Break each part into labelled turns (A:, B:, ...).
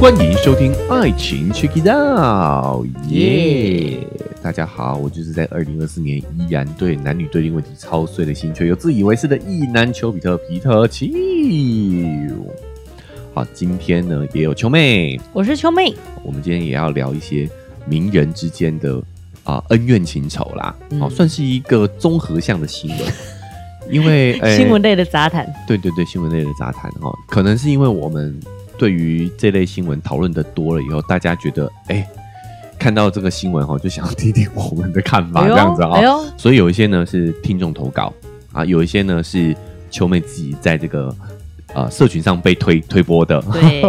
A: 欢迎收听《爱情 Check It Out》，耶！大家好，我就是在二零二四年依然对男女对立问题操碎了心却又自以为是的意男丘比特皮特丘。好，今天呢也有秋妹，
B: 我是秋妹，
A: 我们今天也要聊一些名人之间的啊、恩怨情仇啦，
B: 嗯
A: 好、算是一个综合项的新闻，因为、呃
B: 新闻类的杂谈。
A: 对对对，新闻类的杂谈哈、哦，可能是因为我们对于这类新闻讨论的多了以后，大家觉得哎，看到这个新闻哈、哦，就想要听听我们的看法、
B: 哎呦
A: 这样子啊、
B: 哎
A: 哦
B: 呦，
A: 所以有一些呢是听众投稿啊，有一些呢是秋妹自己在这个呃社群上被推推播的，
B: 对，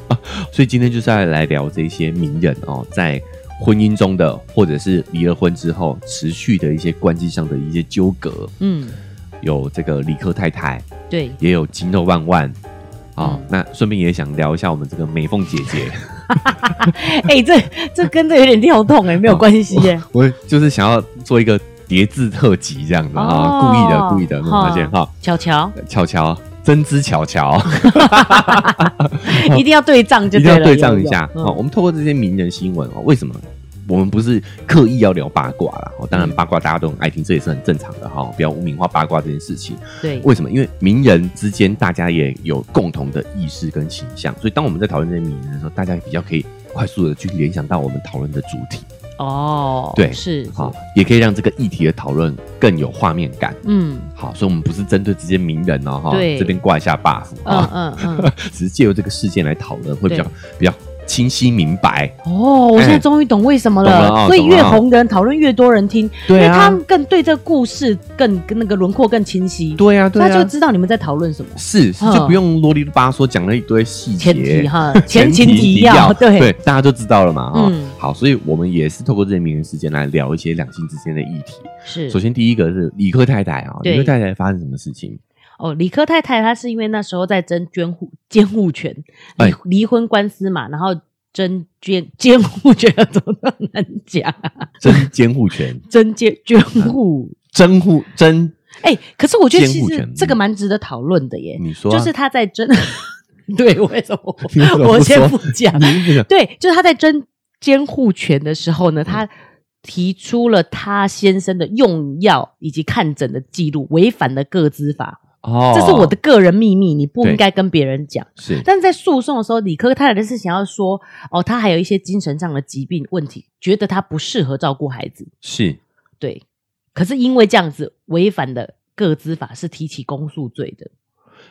A: 所以今天就是要来聊这些名人哦，在婚姻中的或者是离了婚之后持续的一些关系上的一些纠葛，
B: 嗯，
A: 有这个理科太太。
B: 对，
A: 也有肌肉万万啊、
B: 嗯
A: 那顺便也想聊一下我们这个美凤姐姐，
B: 哎、这这跟这有点跳动哎、没有关系耶、
A: 我就是想要做一个叠字特辑这样子啊、
B: 哦
A: 故意的，故意的，没有发现哈？
B: 巧巧
A: 巧巧，真知巧 巧，
B: 一定要对仗就
A: 一定
B: 对
A: 要
B: 了，
A: 对仗
B: 有嗯
A: 一下啊、
B: 有
A: 哦我们透过这些名人新闻哦，为什么？我们不是刻意要聊八卦啦，哦，当然
B: 嗯
A: 八卦大家都很爱听，这也是很正常的哈、不要污名化八卦这件事情。
B: 嗯对，
A: 为什么？因为名人之间大家也有共同的意识跟形象，所以当我们在讨论这些名人的时候，大家比较可以快速的去联想到我们讨论的主题，
B: 哦，
A: 对
B: 是，
A: 好、也可以让这个议题的讨论更有画面感。
B: 嗯
A: 好，所以我们不是针对这些名人哦，哈、
B: 对
A: 这边挂一下 buff
B: 嗯
A: 啊、
B: 嗯嗯，
A: 只是借由这个事件来讨论，会比较
B: 对
A: 比较清晰明白。
B: 哦，我现在终于懂为什么
A: 懂
B: 了，
A: 了哦
B: 所以
A: 懂了
B: 越
A: 哦
B: 红的人讨论越多人听，因
A: 对
B: 为他
A: 啊，
B: 们更对这个故事更跟那个轮廓更清晰，
A: 对啊，对
B: 所以他就
A: 啊，
B: 知道你们在讨论什么。
A: 是是
B: 嗯
A: 就不用啰里吧嗦讲了一堆细节，
B: 前提哈，
A: 前
B: 前情提要，对，
A: 对，大家都知道了嘛哈、
B: 嗯
A: 好，所以我们也是透过这些名人事件来聊一些两性之间的议题。
B: 是。
A: 首先，第一个是理科太太啊，
B: 对
A: 理科太太发生什么事情？
B: 哦，理科太太她是因为那时候在争监护监护权，离、
A: 哎
B: 离婚官司嘛，然后争监监护权怎么那么难讲啊？
A: 争监护权，
B: 争监监护，
A: 争护争，
B: 哎、可是我觉得
A: 嗯监
B: 其
A: 护
B: 实
A: 权
B: 这个蛮值得讨论的耶，
A: 你说啊、
B: 就是她在争， 对，为什么
A: 你为什么
B: 我
A: 不说
B: 先不讲？
A: 你不讲
B: 对，就是她在争监护权的时候呢，
A: 嗯
B: 她。提出了她先生的用药以及看诊的记录违反了个资法，
A: 哦，
B: 这是我的个人秘密，你不
A: 对
B: 应该跟别人讲。
A: 是
B: 但是在诉讼的时候，理科太太是想要说，哦，他还有一些精神上的疾病问题，觉得他不适合照顾孩子，
A: 是
B: 对。可是因为这样子违反了个资法，是提起公诉罪的。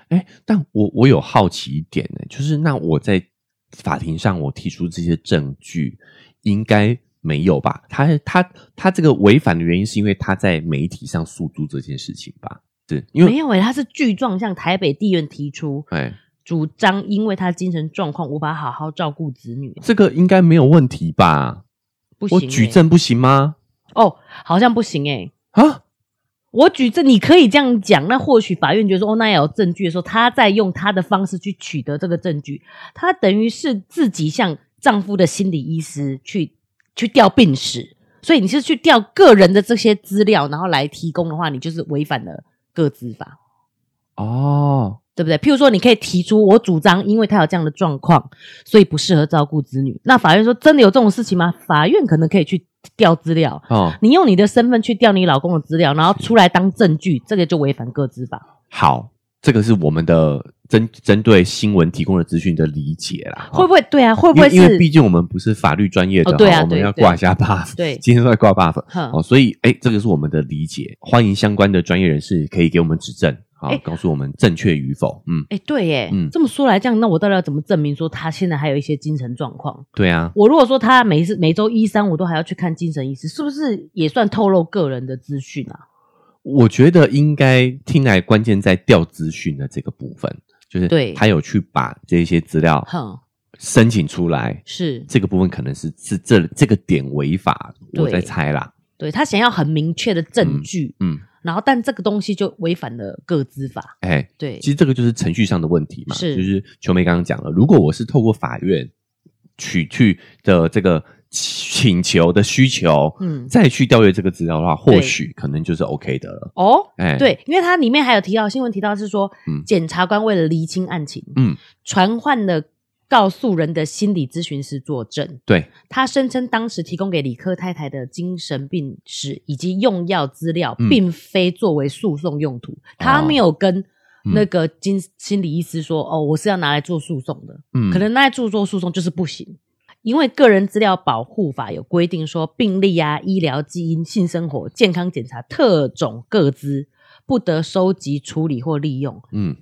A: 哎、但我我有好奇一点呢、就是那我在法庭上我提出这些证据，应该没有吧？他他他这个违反的原因是因为他在媒体上诉诸这件事情吧？是因
B: 没
A: 为
B: 有诶、他是具状向台北地院提出
A: 哎，
B: 主张，因为他精神状况无法好好照顾子女，
A: 这个应该没有问题吧？
B: 不行欸
A: 我
B: 诶、
A: 举证不行吗？
B: 哦，好像不行诶、欸
A: 啊，
B: 我举证，你可以这样讲，那或许法院觉得说，哦，那也有证据的时候，她在用她的方式去取得这个证据，她等于是自己向丈夫的心理医师去去调病史，所以你是去调个人的这些资料，然后来提供的话，你就是违反了个资法，
A: 哦，
B: 对不对？譬如说，你可以提出我主张，因为他有这样的状况，所以不适合照顾子女。那法院说，真的有这种事情吗？法院可能可以去调资料，
A: 哦，
B: 你用你的身份去调你老公的资料，然后出来当证据，这个就违反个资法，
A: 好，这个是我们的针针对新闻提供的资讯的理解啦。
B: 会不会？对啊，会
A: 会
B: 不会
A: 因为因为
B: 是？
A: 毕竟我们不是法律专业的哈，
B: 哦对啊
A: 我们
B: 对
A: 要
B: 对
A: 挂一下 buff，
B: 对
A: 今天都在挂 buff
B: 哼
A: 哦，所以哎，这个是我们的理解，欢迎相关的专业人士可以给我们指正，好
B: 哎，
A: 告诉我们正确与否。嗯，
B: 哎、对耶，
A: 嗯
B: 这么说来，这样那我到底要怎么证明说他现在还有一些精神状况？
A: 对啊，
B: 我如果说他每次每周一三我都还要去看精神医师，是不是也算透露个人的资讯啊？
A: 我觉得应该听来关键在调资讯的这个部分，就是
B: 对
A: 他有去把这些资料
B: 哼，
A: 申请出来，
B: 是
A: 这个部分可能是是这这个点违法，我
B: 对
A: 在猜啦。
B: 对他想要很明确的证据，
A: 嗯，
B: 然后但这个东西就违反了个资法，
A: 哎，
B: 对
A: 其，实这个就是程序上的问题嘛，
B: 是
A: 就是秋梅刚刚讲了，如果我是透过法院取去的这个请求的需求，
B: 嗯
A: 再去调阅这个资料的话，或
B: 对
A: 许可能就是 OK 的了。
B: 哦，
A: 哎，，
B: 对，因为它里面还有提到新闻提到是说，
A: 嗯
B: 检察官为了厘清案情，
A: 嗯，
B: 传唤了告诉人的心理咨询师作证，
A: 对，
B: 他声称当时提供给理科太太的精神病史以及用药资料，
A: 嗯哦
B: 并非作为诉讼用途，他没有跟
A: 嗯
B: 那个精、心理医师说，哦，我是要拿来做诉讼的，
A: 嗯，
B: 可能拿来做做诉讼就是不行。因为个人资料保护法有规定说，病历啊、医疗基因、性生活、健康检查、特种个资不得收集、处理或利用，
A: 嗯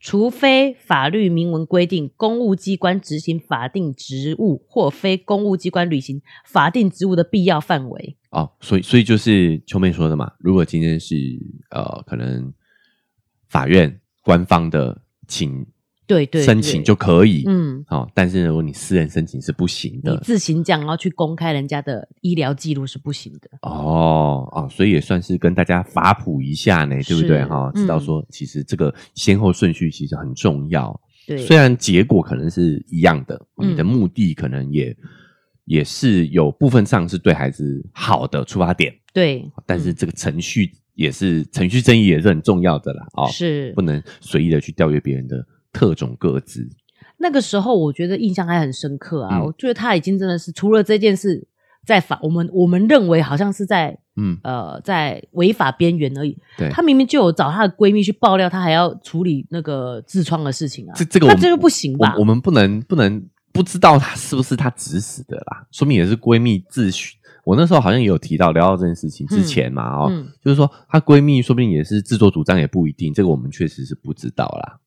B: 除非法律明文规定公务机关执行法定职务或非公务机关履行法定职务的必要范围。
A: 哦，所以所以就是秋妹说的嘛，如果今天是呃，可能法院官方的请
B: 对对
A: 申请
B: 对
A: 就可以，
B: 嗯，
A: 好、哦但是如果你私人申请是不行
B: 你
A: 的
B: 自行讲，然后去公开人家的医疗记录是不行的。
A: 哦哦，所以也算是跟大家法普一下呢，对不对
B: 是
A: 哈、知道
B: 嗯
A: 说其实这个先后顺序其实很重要，
B: 对，
A: 虽然结果可能是一样的，
B: 嗯
A: 你的目的可能也也是有部分上是对孩子好的出发点，
B: 对，
A: 但是这个程序也是程序正义也是很重要的啦，哦，
B: 是
A: 不能随意的去调阅别人的特种个资，
B: 那个时候我觉得印象还很深刻啊，
A: 嗯
B: 我觉得他已经真的是除了这件事在法，我们我们认为好像是在
A: 嗯，
B: 呃在违法边缘而已。
A: 对，
B: 她明明就有找她的闺蜜去爆料，她还要处理那个痔疮的事情啊，
A: 这这个我
B: 那
A: 们
B: 这就不行吧
A: 我我？们不能不能不知道她是不是她指使的啦，说明也是闺蜜自诩。我那时候好像也有提到聊到这件事情之前嘛，哦，
B: 嗯
A: 就是说她闺蜜说不定也是自作主张，也不一定，这个我们确实是不知道啦。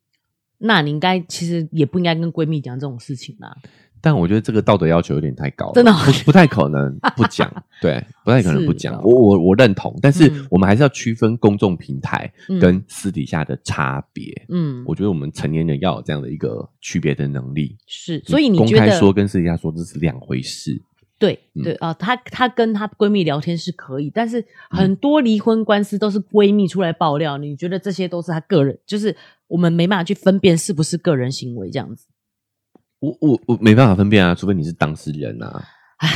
B: 那你应该其实也不应该跟闺蜜讲这种事情啦、
A: 但我觉得这个道德要求有点太高了，
B: 真的哦
A: 不不太可能不 讲，对，不太可能不讲
B: 是。哦
A: 我我我认同，但是
B: 嗯
A: 我们还是要区分公众平台
B: 嗯
A: 跟私底下的差别。
B: 嗯，
A: 我觉得我们成年人要有这样的一个区别的能力。
B: 是，所以你
A: 嗯公
B: 觉
A: 开
B: 得
A: 说跟私底下说这是两回事。
B: 对
A: 嗯
B: 对啊、她她跟她闺蜜聊天是可以，但是很多离婚官司都是闺蜜出来爆料，你觉得这些都是她个人，就是我们没办法去分辨是不是个人行为这样子。
A: 我我我没办法分辨啊，除非你是当事人啊，
B: 唉，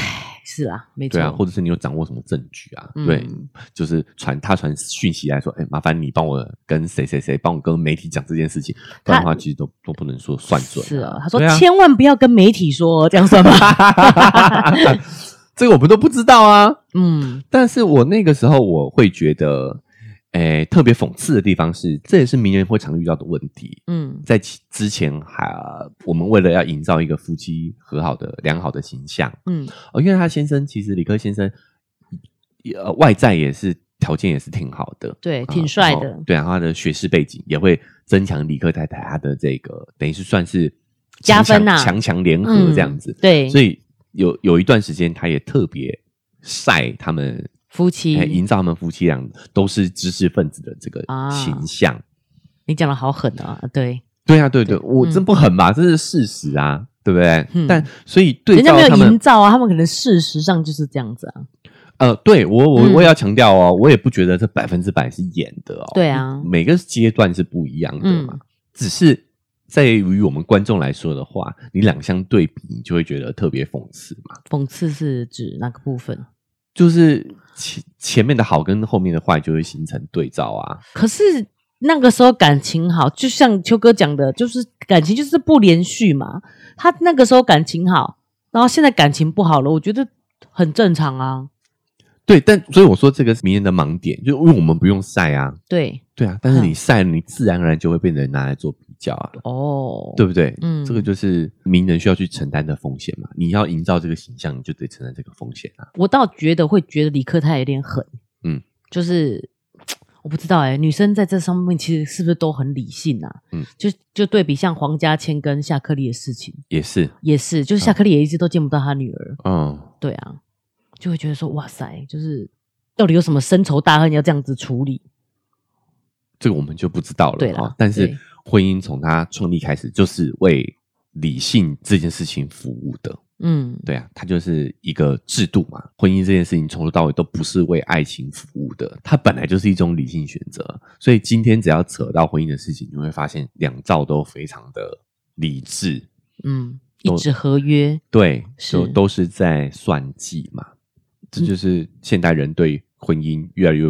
B: 是啦，没错，
A: 对啊，或者是你有掌握什么证据啊，
B: 嗯
A: 对，就是传他传讯息来说，哎、麻烦你帮我跟谁谁谁帮我跟媒体讲这件事情，不然的话其实都都不能说算准、
B: 是啊，他说、
A: 对啊
B: 千万不要跟媒体说哦，这样算吗？
A: 这个我们都不知道啊。
B: 嗯，
A: 但是我那个时候我会觉得，哎、特别讽刺的地方是，这也是名人会常遇到的问题。
B: 嗯
A: 在其之前还、我们为了要营造一个夫妻和好的良好的形象，
B: 嗯
A: 哦，因为他先生其实理科先生，呃，外在也是条件也是挺好的，
B: 对，
A: 啊
B: 挺帅
A: 然
B: 的
A: 后。对，然后他的学士背景也会增强理科太太他的这个，等于是算是
B: 加
A: 强
B: 分呐
A: 强强联合
B: 嗯
A: 这样子。
B: 对，
A: 所以有有一段时间，他也特别晒他们
B: 夫妻
A: 哎营造他们夫妻俩都是知识分子的这个
B: 啊
A: 形象。
B: 你讲的好狠啊！对，
A: 对啊，对对，我
B: 嗯
A: 真不狠吧，这是事实啊，对不对？
B: 嗯
A: 但所以对
B: 人家
A: 照
B: 没有
A: 他
B: 营
A: 们，
B: 造啊，他们可能事实上就是这样子啊。
A: 呃，对我我
B: 嗯
A: 我也要强调哦，我也不觉得这百分之百是演的哦。
B: 对啊
A: 每个阶段是不一样的嘛
B: 嗯，
A: 只是在于我们观众来说的话，你两相对比，你就会觉得特别讽刺嘛，
B: 讽刺是指哪个部分？
A: 就是前前面的好跟后面的坏就会形成对照啊。
B: 可是那个时候感情好，就像秋哥讲的，就是感情就是不连续嘛。他那个时候感情好，然后现在感情不好了，我觉得很正常啊。
A: 对，但所以我说这个是名人的盲点，就因为我们不用晒啊，
B: 对，
A: 对啊，但是
B: 嗯
A: 你晒了，你自然而然就会被人拿来做比较啊。
B: 哦，
A: 对，不对？
B: 嗯
A: 这个就是名人需要去承担的风险嘛。你要营造这个形象，你就得承担这个风险啊。
B: 我倒觉得会觉得李克太有点狠，
A: 嗯，
B: 就是嘖我不知道哎、女生在这上面其实是不是都很理性啊？
A: 嗯
B: 嗯，就就对比像黄家千跟夏克立的事情
A: 也是，
B: 也是，就是夏克立也一直都见不到他女儿，
A: 嗯，
B: 对啊，就会觉得说哇塞，就是到底有什么深仇大恨要这样子处理？
A: 这个我们就不知道了。
B: 对啦
A: 哦但是
B: 对
A: 婚姻从它创立开始，就是为理性这件事情服务的。
B: 嗯，
A: 对啊，它就是一个制度嘛。婚姻这件事情从头到尾都不是为爱情服务的，它本来就是一种理性选择。所以今天只要扯到婚姻的事情，你会发现两造都非常的理智。
B: 嗯，一纸合约，
A: 对，
B: 是嗯
A: 就都是在算计嘛。这就是现代人对婚姻越来越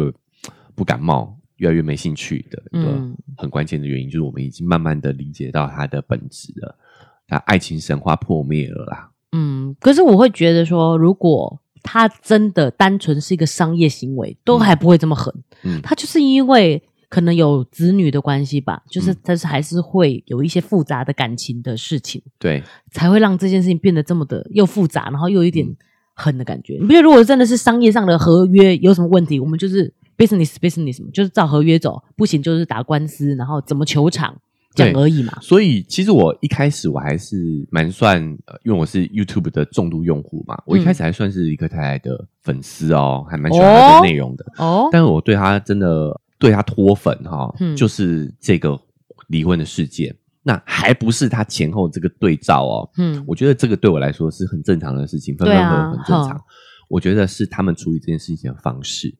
A: 不感冒，越来越没兴趣的一个
B: 嗯
A: 很关键的原因，就是我们已经慢慢的理解到它的本质了。那爱情神话破灭了啦，
B: 嗯，可是我会觉得说，如果他真的单纯是一个商业行为，都还不会这么狠。
A: 嗯
B: 他就是因为可能有子女的关系吧，就是
A: 嗯
B: 但是还是会有一些复杂的感情的事情，
A: 对，
B: 才会让这件事情变得这么的又复杂，然后又有一点
A: 嗯
B: 狠的感觉。你不觉得如果真的是商业上的合约有什么问题，我们就是 business business 就是照合约走，不行就是打官司，然后怎么求偿这样
A: 对
B: 而已嘛。
A: 所以其实我一开始我还是蛮算，呃因为我是 YouTube 的重度用户嘛，我一开始还算是一个太太的粉丝哦，还蛮喜欢她的内容的。
B: 嗯哦，
A: 但我对她真的对她脱粉哈、
B: 嗯
A: 就是这个离婚的事件，那还不是她前后这个对照哦。
B: 嗯
A: 我觉得这个对我来说是很正常的事情，分分
B: 对
A: 合
B: 啊
A: 合很正常
B: 哼。
A: 我觉得是他们处理这件事情的方式，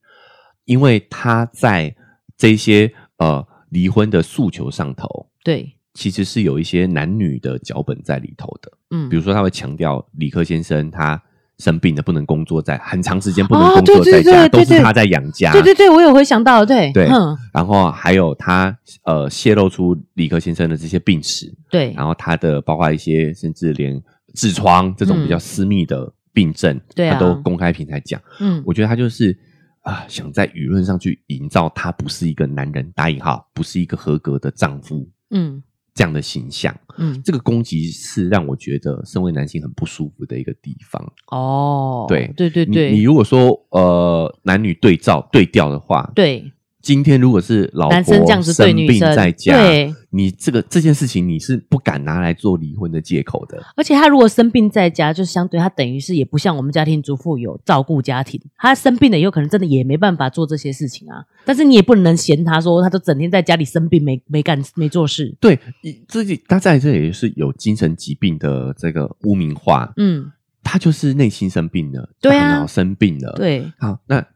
A: 因为他在这些呃离婚的诉求上头，
B: 对，
A: 其实是有一些男女的脚本在里头的。
B: 嗯
A: 比如说，他会强调理科先生他生病了不能工作在，很长时间不
B: 哦
A: 能工作在
B: 对对
A: 家，
B: 对对
A: 都是他在养家。
B: 对对对，我有回想到，对嗯
A: 对
B: 哼
A: 然后还有他呃泄露出理科先生的这些病史，
B: 对
A: 然后他的包括一些甚至连痔疮这种比较私密的病症，
B: 嗯对啊
A: 他都公开平台讲。
B: 嗯
A: 我觉得他就是啊、想在舆论上去营造他不是一个男人（打引号），不是一个合格的丈夫
B: 嗯
A: 这样的形象。
B: 嗯，
A: 这个攻击是让我觉得身为男性很不舒服的一个地方。
B: 哦，
A: 对
B: 对对对，
A: 你你如果说呃男女对照对调的话，，
B: 对
A: 今天如果是老婆
B: 男生这样子对
A: 生
B: 女
A: 病
B: 生
A: 在家，
B: 对
A: 你这个这件事情你是不敢拿来做离婚的借口的。
B: 而且他如果生病在家，就相对他等于是也不像我们家庭主妇有照顾家庭，他生病了以后可能真的也没办法做这些事情啊。但是你也不能嫌他说他都整天在家里生病没没干没做事，
A: 对，一自己他在这里是有精神疾病的这个污名化，
B: 嗯，
A: 他就是内心生病了，
B: 对啊
A: 大脑生病了，。
B: 对，
A: 好，那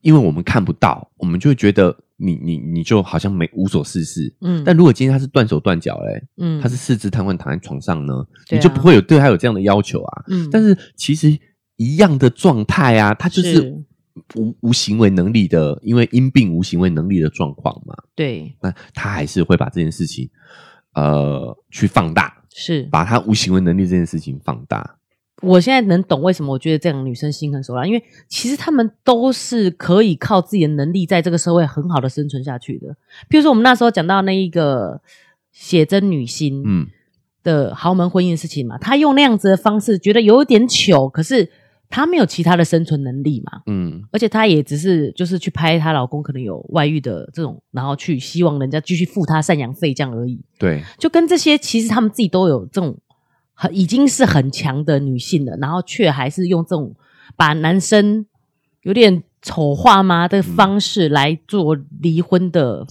A: 因为我们看不到，我们就会觉得你你你就好像没无所事事。
B: 嗯，
A: 但如果今天他是断手断脚嘞，
B: 嗯
A: 他是四肢瘫痪躺在床上呢，你
B: 对啊
A: 就不会有对他有这样的要求啊。
B: 嗯，
A: 但是其实一样的状态啊，他就是
B: 是
A: 无无行为能力的，因为因病无行为能力的状况嘛，
B: 对
A: 那他还是会把这件事情呃去放大，
B: 是，
A: 把他无行为能力这件事情放大。
B: 我现在能懂为什么我觉得这样的女生心狠手辣，因为其实她们都是可以靠自己的能力在这个社会很好的生存下去的。譬如说，我们那时候讲到那一个写真女星，
A: 嗯，
B: 的豪门婚姻的事情嘛，她用那样子的方式，觉得有点糗，可是她没有其他的生存能力嘛，
A: 嗯，
B: 而且她也只是就是去拍她老公可能有外遇的这种，然后去希望人家继续付她赡养费这样而已。
A: 对，
B: 就跟这些其实他们自己都有这种很已经是很强的女性了，然后却还是用这种把男生有点丑化吗的方式来做离婚的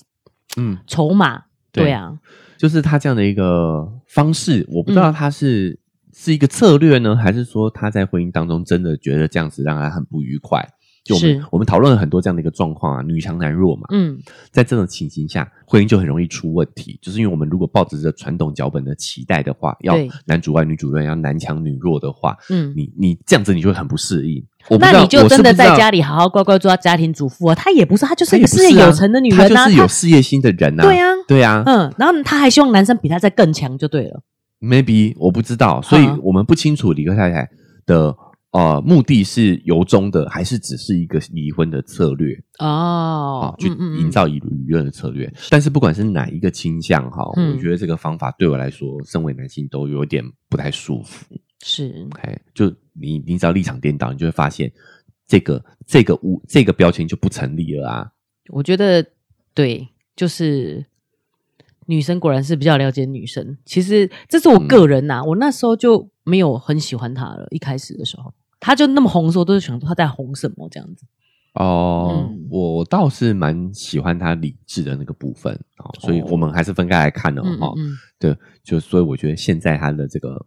A: 嗯，
B: 筹码。
A: 对
B: 对啊，
A: 就是他这样的一个方式，我不知
B: 嗯
A: 道他是、是一个策略呢，还是说他在婚姻当中真的觉得这样子让他很不愉快？就我们
B: 是
A: 我们讨论了很多这样的一个状况啊，女强男弱嘛，
B: 嗯，
A: 在这种情形下，婚姻就很容易出问题，就是因为我们如果抱着这传统脚本的期待的话，要
B: 对
A: 男主外女主内，要男强女弱的话，
B: 嗯
A: 你你这样子你就会很不适应。我不知道
B: 那你就真的在家
A: 里，
B: 里好好乖乖做家庭主妇啊？她也不是，她就是
A: 她
B: 一
A: 也
B: 个
A: 不
B: 事业
A: 是啊
B: 有成的女
A: 她
B: 人啊。
A: 就是有
B: 她
A: 事业心的人啊，
B: 对啊
A: 对啊，
B: 嗯，然后她还希望男生比她再更强就对了。
A: maybe 我不知道，所以
B: 嗯
A: 我们不清楚李克太太的呃目的是由衷的，还是只是一个离婚的策略啊、
B: 哦
A: 去营造舆舆论的策略。但是不管是哪一个倾向哈，
B: 嗯
A: 我觉得这个方法对我来说，身为男性都有点不太舒服。
B: 是
A: OK，就你你只要立场颠倒，你就会发现这个这个无这个标签就不成立了啊。
B: 我觉得对，就是女生果然是比较了解女生。其实这是我
A: 嗯
B: 个人呐、我那时候就没有很喜欢她了，一开始的时候。她就那么红的时候，我都是想说她在红什么这样子。
A: 哦，
B: 嗯
A: 我倒是蛮喜欢他理智的那个部分哦，所以
B: 哦
A: 我们还是分开来看的、哦、
B: 嗯
A: 哈、
B: 嗯嗯，
A: 对，就所以我觉得现在他的这个，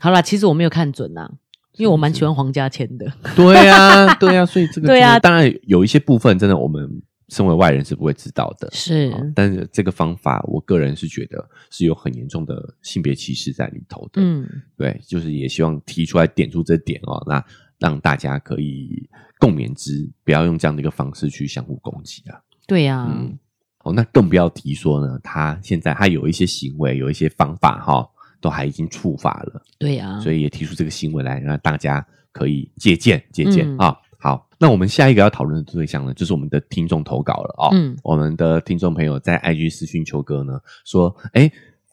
B: 好啦，其实我没有看准呐、因为我蛮喜欢黄家千的。
A: 对啊，对啊，所以这个
B: 对啊
A: 真的当然有一些部分真的我们身为外人是不会知道的。
B: 是
A: 好哦但 是这个方法，我个人是觉得是有很严重的性别歧视在里头的。
B: 嗯，
A: 对，就是也希望提出来点出这点哦，那让大家可以共勉之，不要用这样的一个方式去相互攻击啊。
B: 对呀、
A: 嗯，哦，那更不要提说呢，他现在他有一些行为，有一些方法哈、都还已经触法了，
B: 对呀、
A: 所以也提出这个行为来，让大家可以借鉴借鉴
B: 嗯
A: 啊、好，那我们下一个要讨论的对象呢，就是我们的听众投稿了哦。
B: 嗯
A: 我们的听众朋友在 IG 私讯秋哥呢说，哎，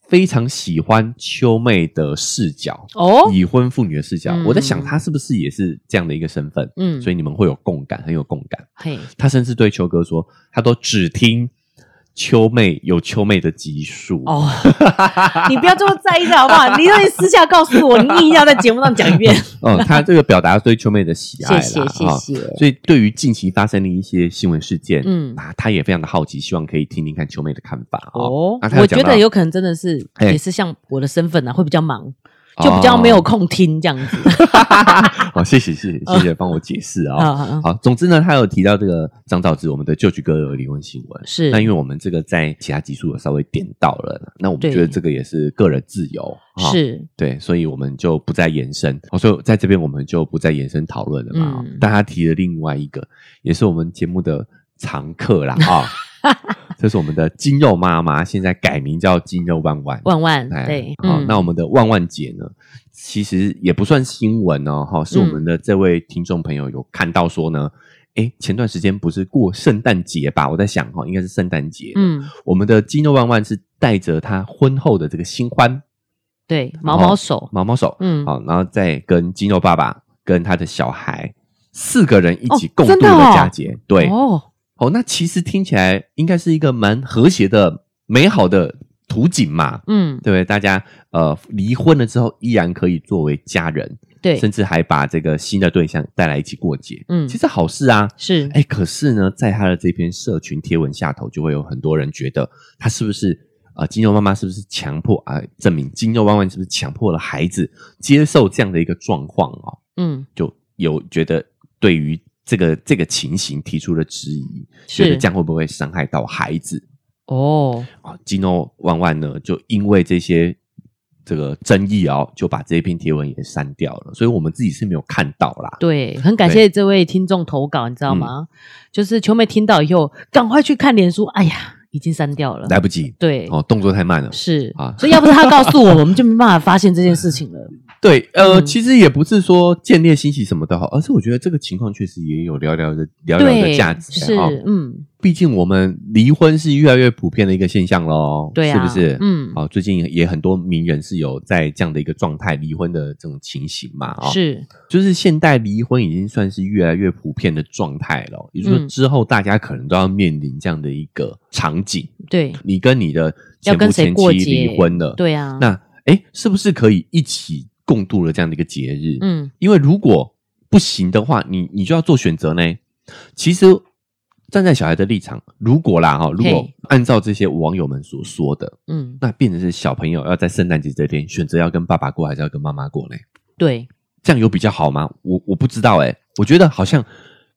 A: 非常喜欢秋妹的视角，
B: 哦，
A: 已婚妇女的视角，
B: 嗯
A: 我在想她是不是也是这样的一个身份，
B: 嗯，
A: 所以你们会有共感，很有共感。
B: 嘿，
A: 她甚至对秋哥说，她都只听秋妹有秋妹的集数。
B: 哦， 你不要这么在意的好 不好？你让你私下告诉我，你一定要在节目上讲一遍。
A: 嗯，她这个表达对秋妹的喜爱
B: 谢
A: 啦，
B: 谢，谢
A: 啊
B: 谢。
A: 所以对于近期发生的一些新闻事件，
B: 嗯
A: 嗯，啊，她也非常的好奇，希望可以听听看秋妹的看法
B: 哦
A: 哦。那她
B: 我
A: 讲
B: 觉
A: 到哎
B: 得有可能真的是
A: 嘿
B: 也是像我的身份啊，会比较忙，就比较没有空听这样子。
A: 哦，谢谢谢谢
B: 嗯
A: 谢谢帮我解释啊、
B: 啊啊啊
A: 好，总之呢，他有提到这个张兆之，我们的旧曲歌有离婚新闻，
B: 是
A: 那因为我们这个在其他集数有稍微点到了，那我们
B: 对
A: 觉得这个也是个人自由，哈
B: 是，
A: 对，所以我们就不再延伸，哦、所以在这边我们就不再延伸讨论了嘛。
B: 嗯
A: 但他提了另外一个，也是我们节目的常客啦 啊。这是我们的金肉妈妈，现在改名叫金肉弯弯。
B: 万万
A: 哎
B: 对，
A: 好、
B: 嗯，
A: 那我们的万万姐呢，其实也不算新闻哦，哈，是我
B: 嗯
A: 们的这位听众朋友有看到说呢，诶，前段时间不是过圣诞节吧？我在想哈、应该是圣诞节，嗯，
B: 嗯，
A: 我们的金肉万万是带着她婚后的这个新欢
B: 对，毛毛手，
A: 毛毛手，
B: 嗯
A: 好，然后再跟金肉爸爸跟他的小孩四个人一起
B: 哦
A: 共度
B: 真的哦
A: 佳节，对，
B: 哦，
A: 哦，那其实听起来应该是一个蛮和谐的、美好的图景嘛，
B: 嗯，
A: 对不对？大家呃离婚了之后，依然可以作为家人，
B: 对，
A: 甚至还把这个新的对象带来一起过节，
B: 嗯
A: 其实好事啊。
B: 是，
A: 哎，可是呢，在他的这篇社群贴文下头，就会有很多人觉得他是不是啊、呃金牛妈妈是不是强迫啊、证明金牛妈妈是不是强迫了孩子接受这样的一个状况哦？
B: 嗯，
A: 就有觉得对于这个这个情形提出了质疑，
B: 是
A: 觉得这样会不会伤害到孩子？
B: 哦，
A: 啊，基诺万万呢，就因为这些这个争议哦，就把这一篇贴文也删掉了，所以我们自己是没有看到啦。
B: 对，很感谢这位听众投稿，你知道
A: 嗯
B: 吗？就是秋妹听到以后，赶快去看脸书，哎呀，已经删掉了，
A: 来不及
B: 对，
A: 哦，动作太慢了。
B: 是
A: 啊，
B: 所以要不是他告诉我，我们就没办法发现这件事情 了。
A: 对，呃，
B: 嗯
A: 其实也不是说见猎欣喜什么的哈，而是我觉得这个情况确实也有聊聊的聊聊的
B: 对，
A: 价值在
B: 是
A: 哦，，
B: 嗯，
A: 毕竟我们离婚是越来越普遍的一个现象喽，
B: 对啊，
A: 是不是？
B: 嗯，
A: 哦，最近也很多名人是有在这样的一个状态离婚的这种情形嘛，哦，
B: 是，
A: 就是现代离婚已经算是越来越普遍的状态了哦，也就是
B: 嗯
A: 说之后大家可能都要面临这样的一个场景，
B: 对，
A: 你跟你的
B: 要
A: 前
B: 跟
A: 夫
B: 谁
A: 前
B: 过
A: 妻
B: 节？
A: 离婚了，，
B: 对啊，
A: 那诶是不是可以一起共度了这样的一个节日？
B: 嗯，
A: 因为如果不行的话，你你就要做选择呢。其实站在小孩的立场，如果啦哈，如果
B: 嘿
A: 按照这些网友们所说的，
B: 嗯，
A: 那变成是小朋友要在圣诞节这天选择要跟爸爸过还是要跟妈妈过呢？
B: 对，
A: 这样有比较好吗？我我不知道哎、我觉得好像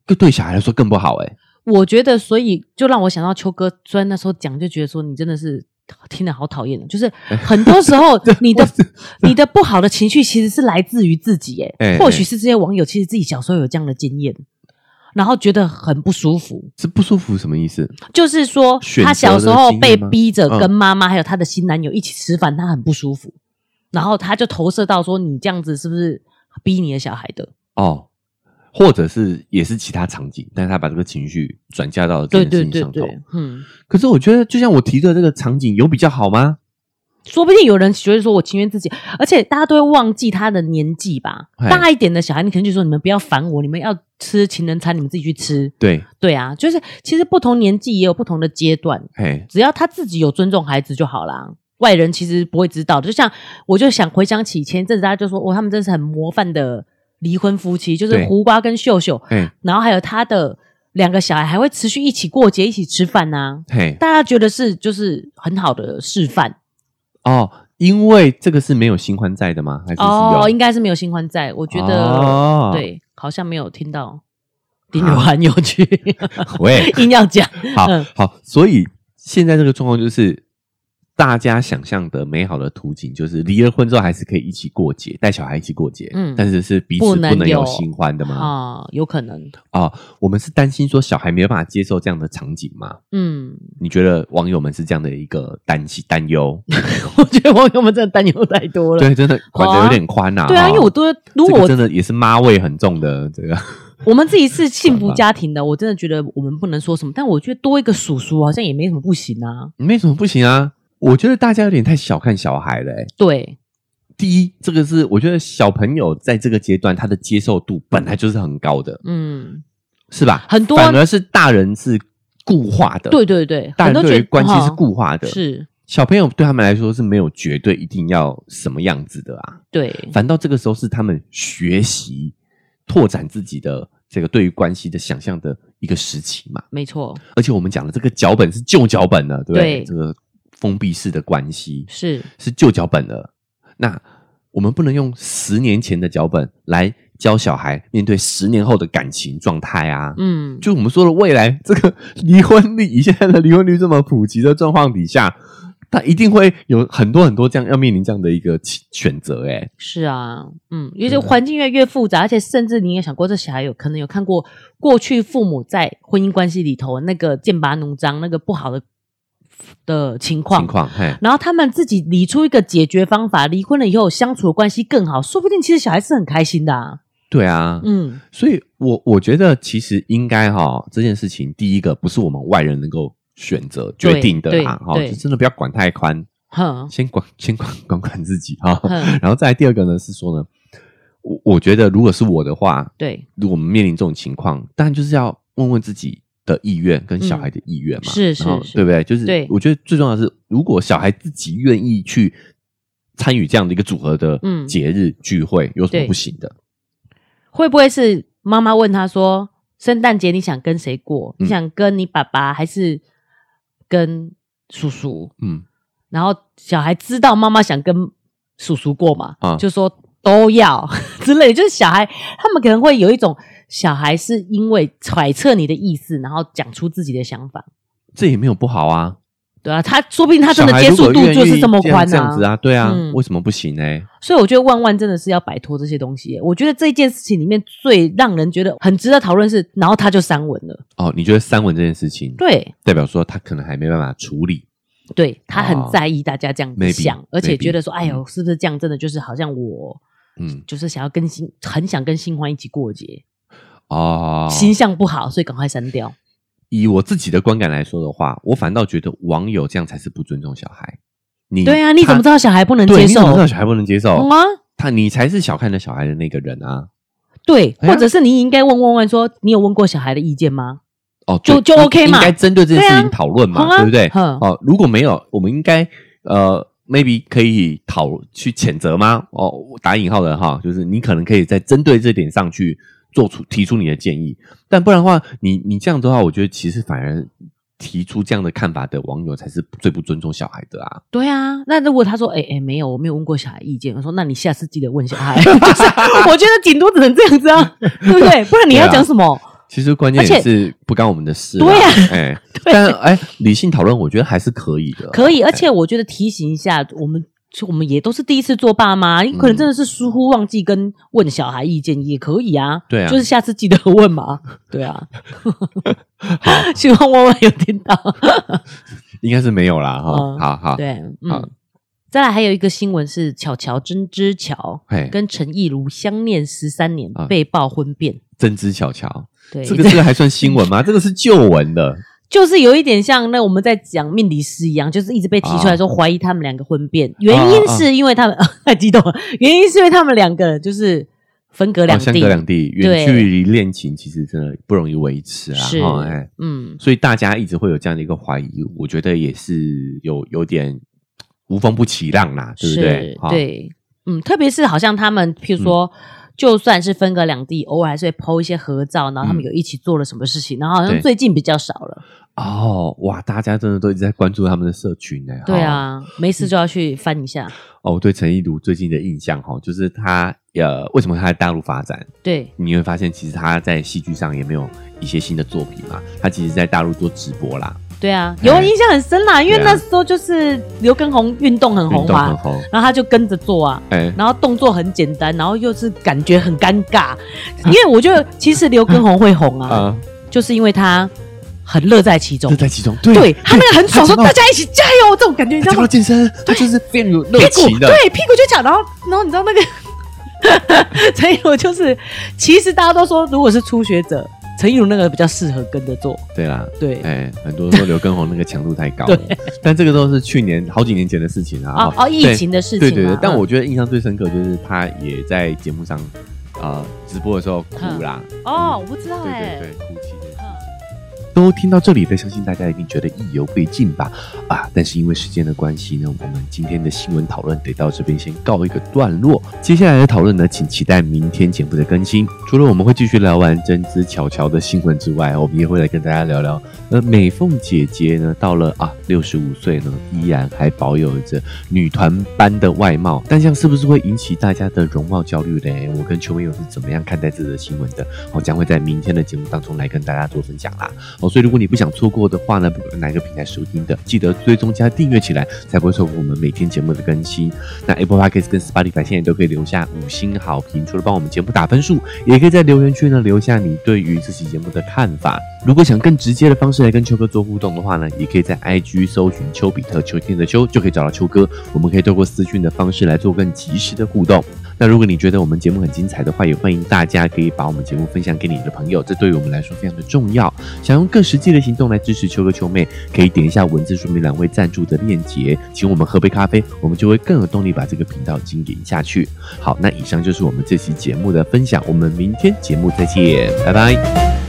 A: 更对小孩来说更不好哎、
B: 我觉得，所以就让我想到秋哥，虽然那时候讲，就觉得说你真的是听得好讨厌的，哦 就是很多时候你的你的不好的情绪其实是来自于自己，哎，
A: 哎
B: 或许是这些网友其实自己小时候有这样的经验，然后觉得很不舒服，
A: 这不舒服什么意思？
B: 就是说
A: 选择
B: 她
A: 的
B: 小时候
A: 经验
B: 被
A: 吗
B: 逼着
A: 嗯
B: 跟妈妈还有她的新男友一起吃饭，她很不舒服，然后她就投射到说你这样子是不是逼你的小孩的？
A: 哦，或者是也是其他场景，但是他把这个情绪转嫁到了这
B: 对
A: 件事
B: 对
A: 情
B: 对
A: 上头。
B: 对，嗯。
A: 可是我觉得，就像我提的这个场景，有比较好吗？
B: 说不定有人觉得说我情愿自己，而且大家都会忘记他的年纪吧。
A: 嗨
B: 大一点的小孩，你可能就说你们不要烦我，你们要吃情人餐，你们自己去吃。
A: 对，
B: 对啊，就是其实不同年纪也有不同的阶段，
A: 嘿，
B: 只要他自己有尊重孩子就好啦。外人其实不会知道的，就像我就想回想起前一阵子，大家就说哦，他们真是很模范的离婚夫妻，就是
A: 对
B: 胡瓜跟秀秀，
A: 嘿，
B: 然后还有他的两个小孩还会持续一起过节、一起吃饭呐、
A: 嘿，
B: 大家觉得是就是很好的示范。
A: 哦，因为这个是没有新欢在的
B: 哦
A: 吗？还是是有？
B: 哦，应该是没有新欢在，我觉得、
A: 哦
B: 对，好像没有听到。丁有涵有 趣，
A: 喂，
B: 硬要讲，
A: 好
B: 嗯
A: 好，所以现在这个状况就是，大家想象的美好的图景就是离了婚之后还是可以一起过节，带小孩一起过节，
B: 嗯
A: 但是是彼此不
B: 能
A: 能
B: 有
A: 有新欢的吗？
B: 啊，有可能，
A: 啊、我们是担心说小孩没有办法接受这样的场景吗？
B: 嗯，
A: 你觉得网友们是这样的一个担心担 忧？
B: 我觉得网友们真的担忧太多了。
A: 对，真的管得有点宽呐、
B: 对啊，
A: 哈
B: 因为我都
A: 这
B: 如果
A: 个
B: 我
A: 真的也是妈味很重的这个，
B: 我们自己是幸福家庭的，我真的觉得我们不能说什么，但我觉得多一个叔叔好像也没什么不行啊。
A: 没什么不行啊。我觉得大家有点太小看小孩了、欸。
B: 对，
A: 第一，这个是我觉得小朋友在这个阶段他的接受度本来就是很高的，
B: 嗯，
A: 是吧？
B: 很多
A: 反而是大人是固化的，
B: 对，对对，
A: 大
B: 很
A: 人
B: 多觉
A: 对于
B: 得
A: 关系是
B: 哦
A: 固化的，
B: 是
A: 小朋友对他们来说是没有绝对一定要什么样子的啊，
B: 对，
A: 反倒这个时候是他们学习拓展自己的这个对于关系的想象的一个时期嘛。
B: 没错，
A: 而且我们讲的这个脚本是旧脚本了，对不对？
B: 对
A: 这个封闭式的关系
B: 是
A: 是旧脚本了。那我们不能用十年前的脚本来教小孩面对十年后的感情状态啊。
B: 嗯，
A: 就我们说的未来这个离婚率，以现在的离婚率这么普及的状况底下，他一定会有很多很多这样要面临这样的一个起选择、欸。哎，
B: 是啊，嗯，因为这个环境越来越复杂，而且甚至你也想过，这小孩有可能有看过过去父母在婚姻关系里头那个剑拔弩张、那个不好的的情况，
A: 情况，嘿，
B: 然后他们自己理出一个解决方法，离婚了以后相处的关系更好，说不定其实小孩是很开心的、啊。
A: 对啊，
B: 嗯，
A: 所以我我觉得其实应该哈、这件事情，第一个不是我们外人能够选择决定的啦，
B: 对
A: 哈、
B: 对
A: 就真的不要管太宽，
B: 哼，
A: 先管先管管管自己哈、
B: 哼
A: 然后再来第二个呢是说呢，我我觉得如果是我的话，
B: 对，
A: 如果我们面临这种情况，当然就是要问问自己的意愿跟小孩的意愿嘛，
B: 嗯是是
A: 然后
B: 是
A: 对不对？就是
B: 对
A: 我觉得最重要的是，如果小孩自己愿意去参与这样的一个组合的
B: 嗯
A: 节日聚会，有什么
B: 对
A: 不行的？
B: 会不会是妈妈问他说：“圣诞节你想跟谁过？
A: 嗯
B: 你想跟你爸爸还是跟叔叔？”
A: 嗯，
B: 然后小孩知道妈妈想跟叔叔过嘛，
A: 啊
B: 就说都要 之类的，就是小孩他们可能会有一种小孩是因为揣测你的意思，然后讲出自己的想法，
A: 这也没有不好啊。
B: 对啊，他说不定他真
A: 小
B: 的
A: 孩
B: 接
A: 如
B: 触
A: 果
B: 度
A: 愿
B: 就是
A: 意
B: 这么宽
A: 这样子
B: 啊，
A: 啊，对啊，
B: 嗯
A: 为什么不行呢？
B: 所以我觉得万万真的是要摆脱这些东西耶。我觉得这件事情里面最让人觉得很值得讨论是，然后他就删文了，
A: 哦，你觉得三文这件事情，
B: 对
A: 代表说他可能还没办法处理，
B: 对，他
A: 哦
B: 很在意大家这样子
A: Maybe，
B: 想，而且
A: maybe，
B: 觉得说，哎呦，是不是这样真的就是好像我。
A: 嗯，
B: 就是想要跟新，很想跟新欢一起过节，
A: 哦，
B: 形象不好，所以赶快删掉。
A: 以我自己的观感来说的话，我反倒觉得网友这样才是不尊重小孩。你
B: 对啊，你怎么知
A: 道
B: 道小孩不能
A: 对，
B: 接
A: 你
B: 受
A: 怎？么知道小孩哦不能接受？
B: 嗯啊，
A: 他你才是小看了小孩的那个人啊！
B: 对，
A: 哎呀
B: 或者是你应该问问问说，你有问过小孩的意见吗？
A: 哦，
B: 就
A: 对
B: 就
A: 应
B: OK 嘛
A: 应该针对这件事
B: 对
A: 情
B: 啊
A: 讨论嘛，
B: 好啊
A: 对不对？
B: 哼
A: 哦，如果没有，我们应该呃，maybe 可以讨去谴责吗？哦，打引号的哈，就是你可能可以在针对这点上去做出提出你的建议，但不然的话，你你这样的话，我觉得其实反而提出这样的看法的网友才是最不尊重小孩的啊！
B: 对啊，那如果他说，哎、哎、没有，我没有问过小孩意见，我说，那你下次记得问小 孩。就是我觉得顶多只能这样子啊，对不对？不然你要讲什么？
A: 其实关键
B: 而且
A: 也是不干我们的事啦，
B: 对啊
A: 哎、
B: 对
A: 但哎，理性讨论我觉得还是可以的，
B: 可以，而且我觉得提醒一下我们。就我们也都是第一次做爸妈，你
A: 嗯
B: 可能真的是疏忽忘记跟问小孩意见也可以啊。
A: 对啊
B: 就是下次记得问嘛。对啊，
A: 好，
B: 希望万万有听到。
A: 哎应该是没有啦哈，
B: 嗯
A: 好好，
B: 对，
A: 好
B: 嗯。再来还有一个新闻是巧乔真知乔
A: 嘿
B: 跟陈意如相恋十三年
A: 啊
B: 被曝婚变，
A: 真知巧巧。
B: 对，
A: 这个这个还算新闻 吗？这个是旧闻的，哦
B: 就是有一点像那我们在讲命理师一样，就是一直被提
A: 啊
B: 出来说怀疑他们两个婚变，原因是因为他们太 激动了，原因是因为他们两个就是分隔两
A: 啊，相
B: 地，
A: 隔两地，远
B: 对
A: 距离恋情其实真的不容易维持啊，
B: 是
A: 哈哎，
B: 嗯，
A: 所以大家一直会有这样的一个怀疑，我觉得也是有有点无风不起浪啦，对
B: 是，
A: 不对？哈，嗯
B: 对嗯，特别是好像他们，譬如说。就算是分隔两地，偶尔还是会 PO 一些合照，然后他们
A: 嗯
B: 有一起做了什么事情，然后好像
A: 对
B: 最近比较少了。
A: 哦，哇，大家真的都一直在关注他们的社群呢、
B: 对啊，没事就要去翻一下。
A: 哦，我对陈意如最近的印象哈、哦，就是他呃，为什么他在大陆发展？
B: 对，
A: 你会发现其实他在戏剧上也没有一些新的作品嘛，他其实在大陆做直播啦，
B: 对啊，
A: 哎
B: 有啊印象很深啦，因为
A: 对啊
B: 那时候就是刘畊宏运动很
A: 运
B: 红
A: 动
B: 嘛
A: 很，红，
B: 然后他就跟着做啊，
A: 哎，
B: 然后动作很简单，然后又是感觉很尴尬，因为我觉得其实刘畊宏会红啊，
A: 啊，
B: 就是因为他很乐在其中
A: 乐，在其中，对
B: 对他那个很爽，说
A: 他讲到
B: 大家一起加油这种感觉，你知
A: 他讲到？
B: 道吗
A: 健身，他就是非常有热
B: 屁
A: 情
B: 股
A: 的，
B: 对屁股就翘，然后然后你知道那个 陈以儒就是，其实大家都说如果是初学者，陈以儒那个比较适合跟着做，
A: 对啦，
B: 对。
A: 哎，很多人说刘畊宏那个强度太高了，但这个都是去年好几年前的事情啊。
B: 哦
A: 哦
B: 哦，疫情的事情
A: 对
B: 嘛，
A: 对对，但
B: 嗯
A: 我觉得印象最深刻就是他也在节目上啊、呃直播的时候哭啦，
B: 哦，我不知道
A: 对
B: 哎、
A: 对对，哭泣的。
B: 嗯
A: 都听到这里的，相信大家一定觉得意犹未尽吧？啊，但是因为时间的关系呢，我们今天的新闻讨论得到这边先告一个段落。接下来的讨论呢，请期待明天节目的更新。除了我们会继续聊完针织巧巧的新闻之外，我们也会来跟大家聊聊，呃，美凤姐姐呢，到了啊六十五岁呢，依然还保有着女团般的外貌，但这样是不是会引起大家的容貌焦虑嘞？我跟球迷友是怎么样看待这则新闻的？我、将会在明天的节目当中来跟大家做分享啦。哦，所以如果你不想错过的话呢，不管哪一个平台收听的，记得追踪加订阅起来，才不会错过我们每天节目的更新。那 Apple Podcast 跟 Spotify 现在都可以留下五星好评，除了帮我们节目打分数，也可以在留言区呢留下你对于这期节目的看法。如果想更直接的方式来跟秋哥做互动的话呢，也可以在 IG 搜寻丘比特秋天的秋，就可以找到秋哥。我们可以透过私讯的方式来做更及时的互动。那如果你觉得我们节目很精彩的话，也欢迎大家可以把我们节目分享给你的朋友，这对于我们来说非常的重要。想用更实际的行动来支持秋哥秋妹，可以点一下文字说明栏位赞助的链接，请我们喝杯咖啡，我们就会更有动力把这个频道经营下去。好，那以上就是我们这期节目的分享，我们明天节目再见，拜拜。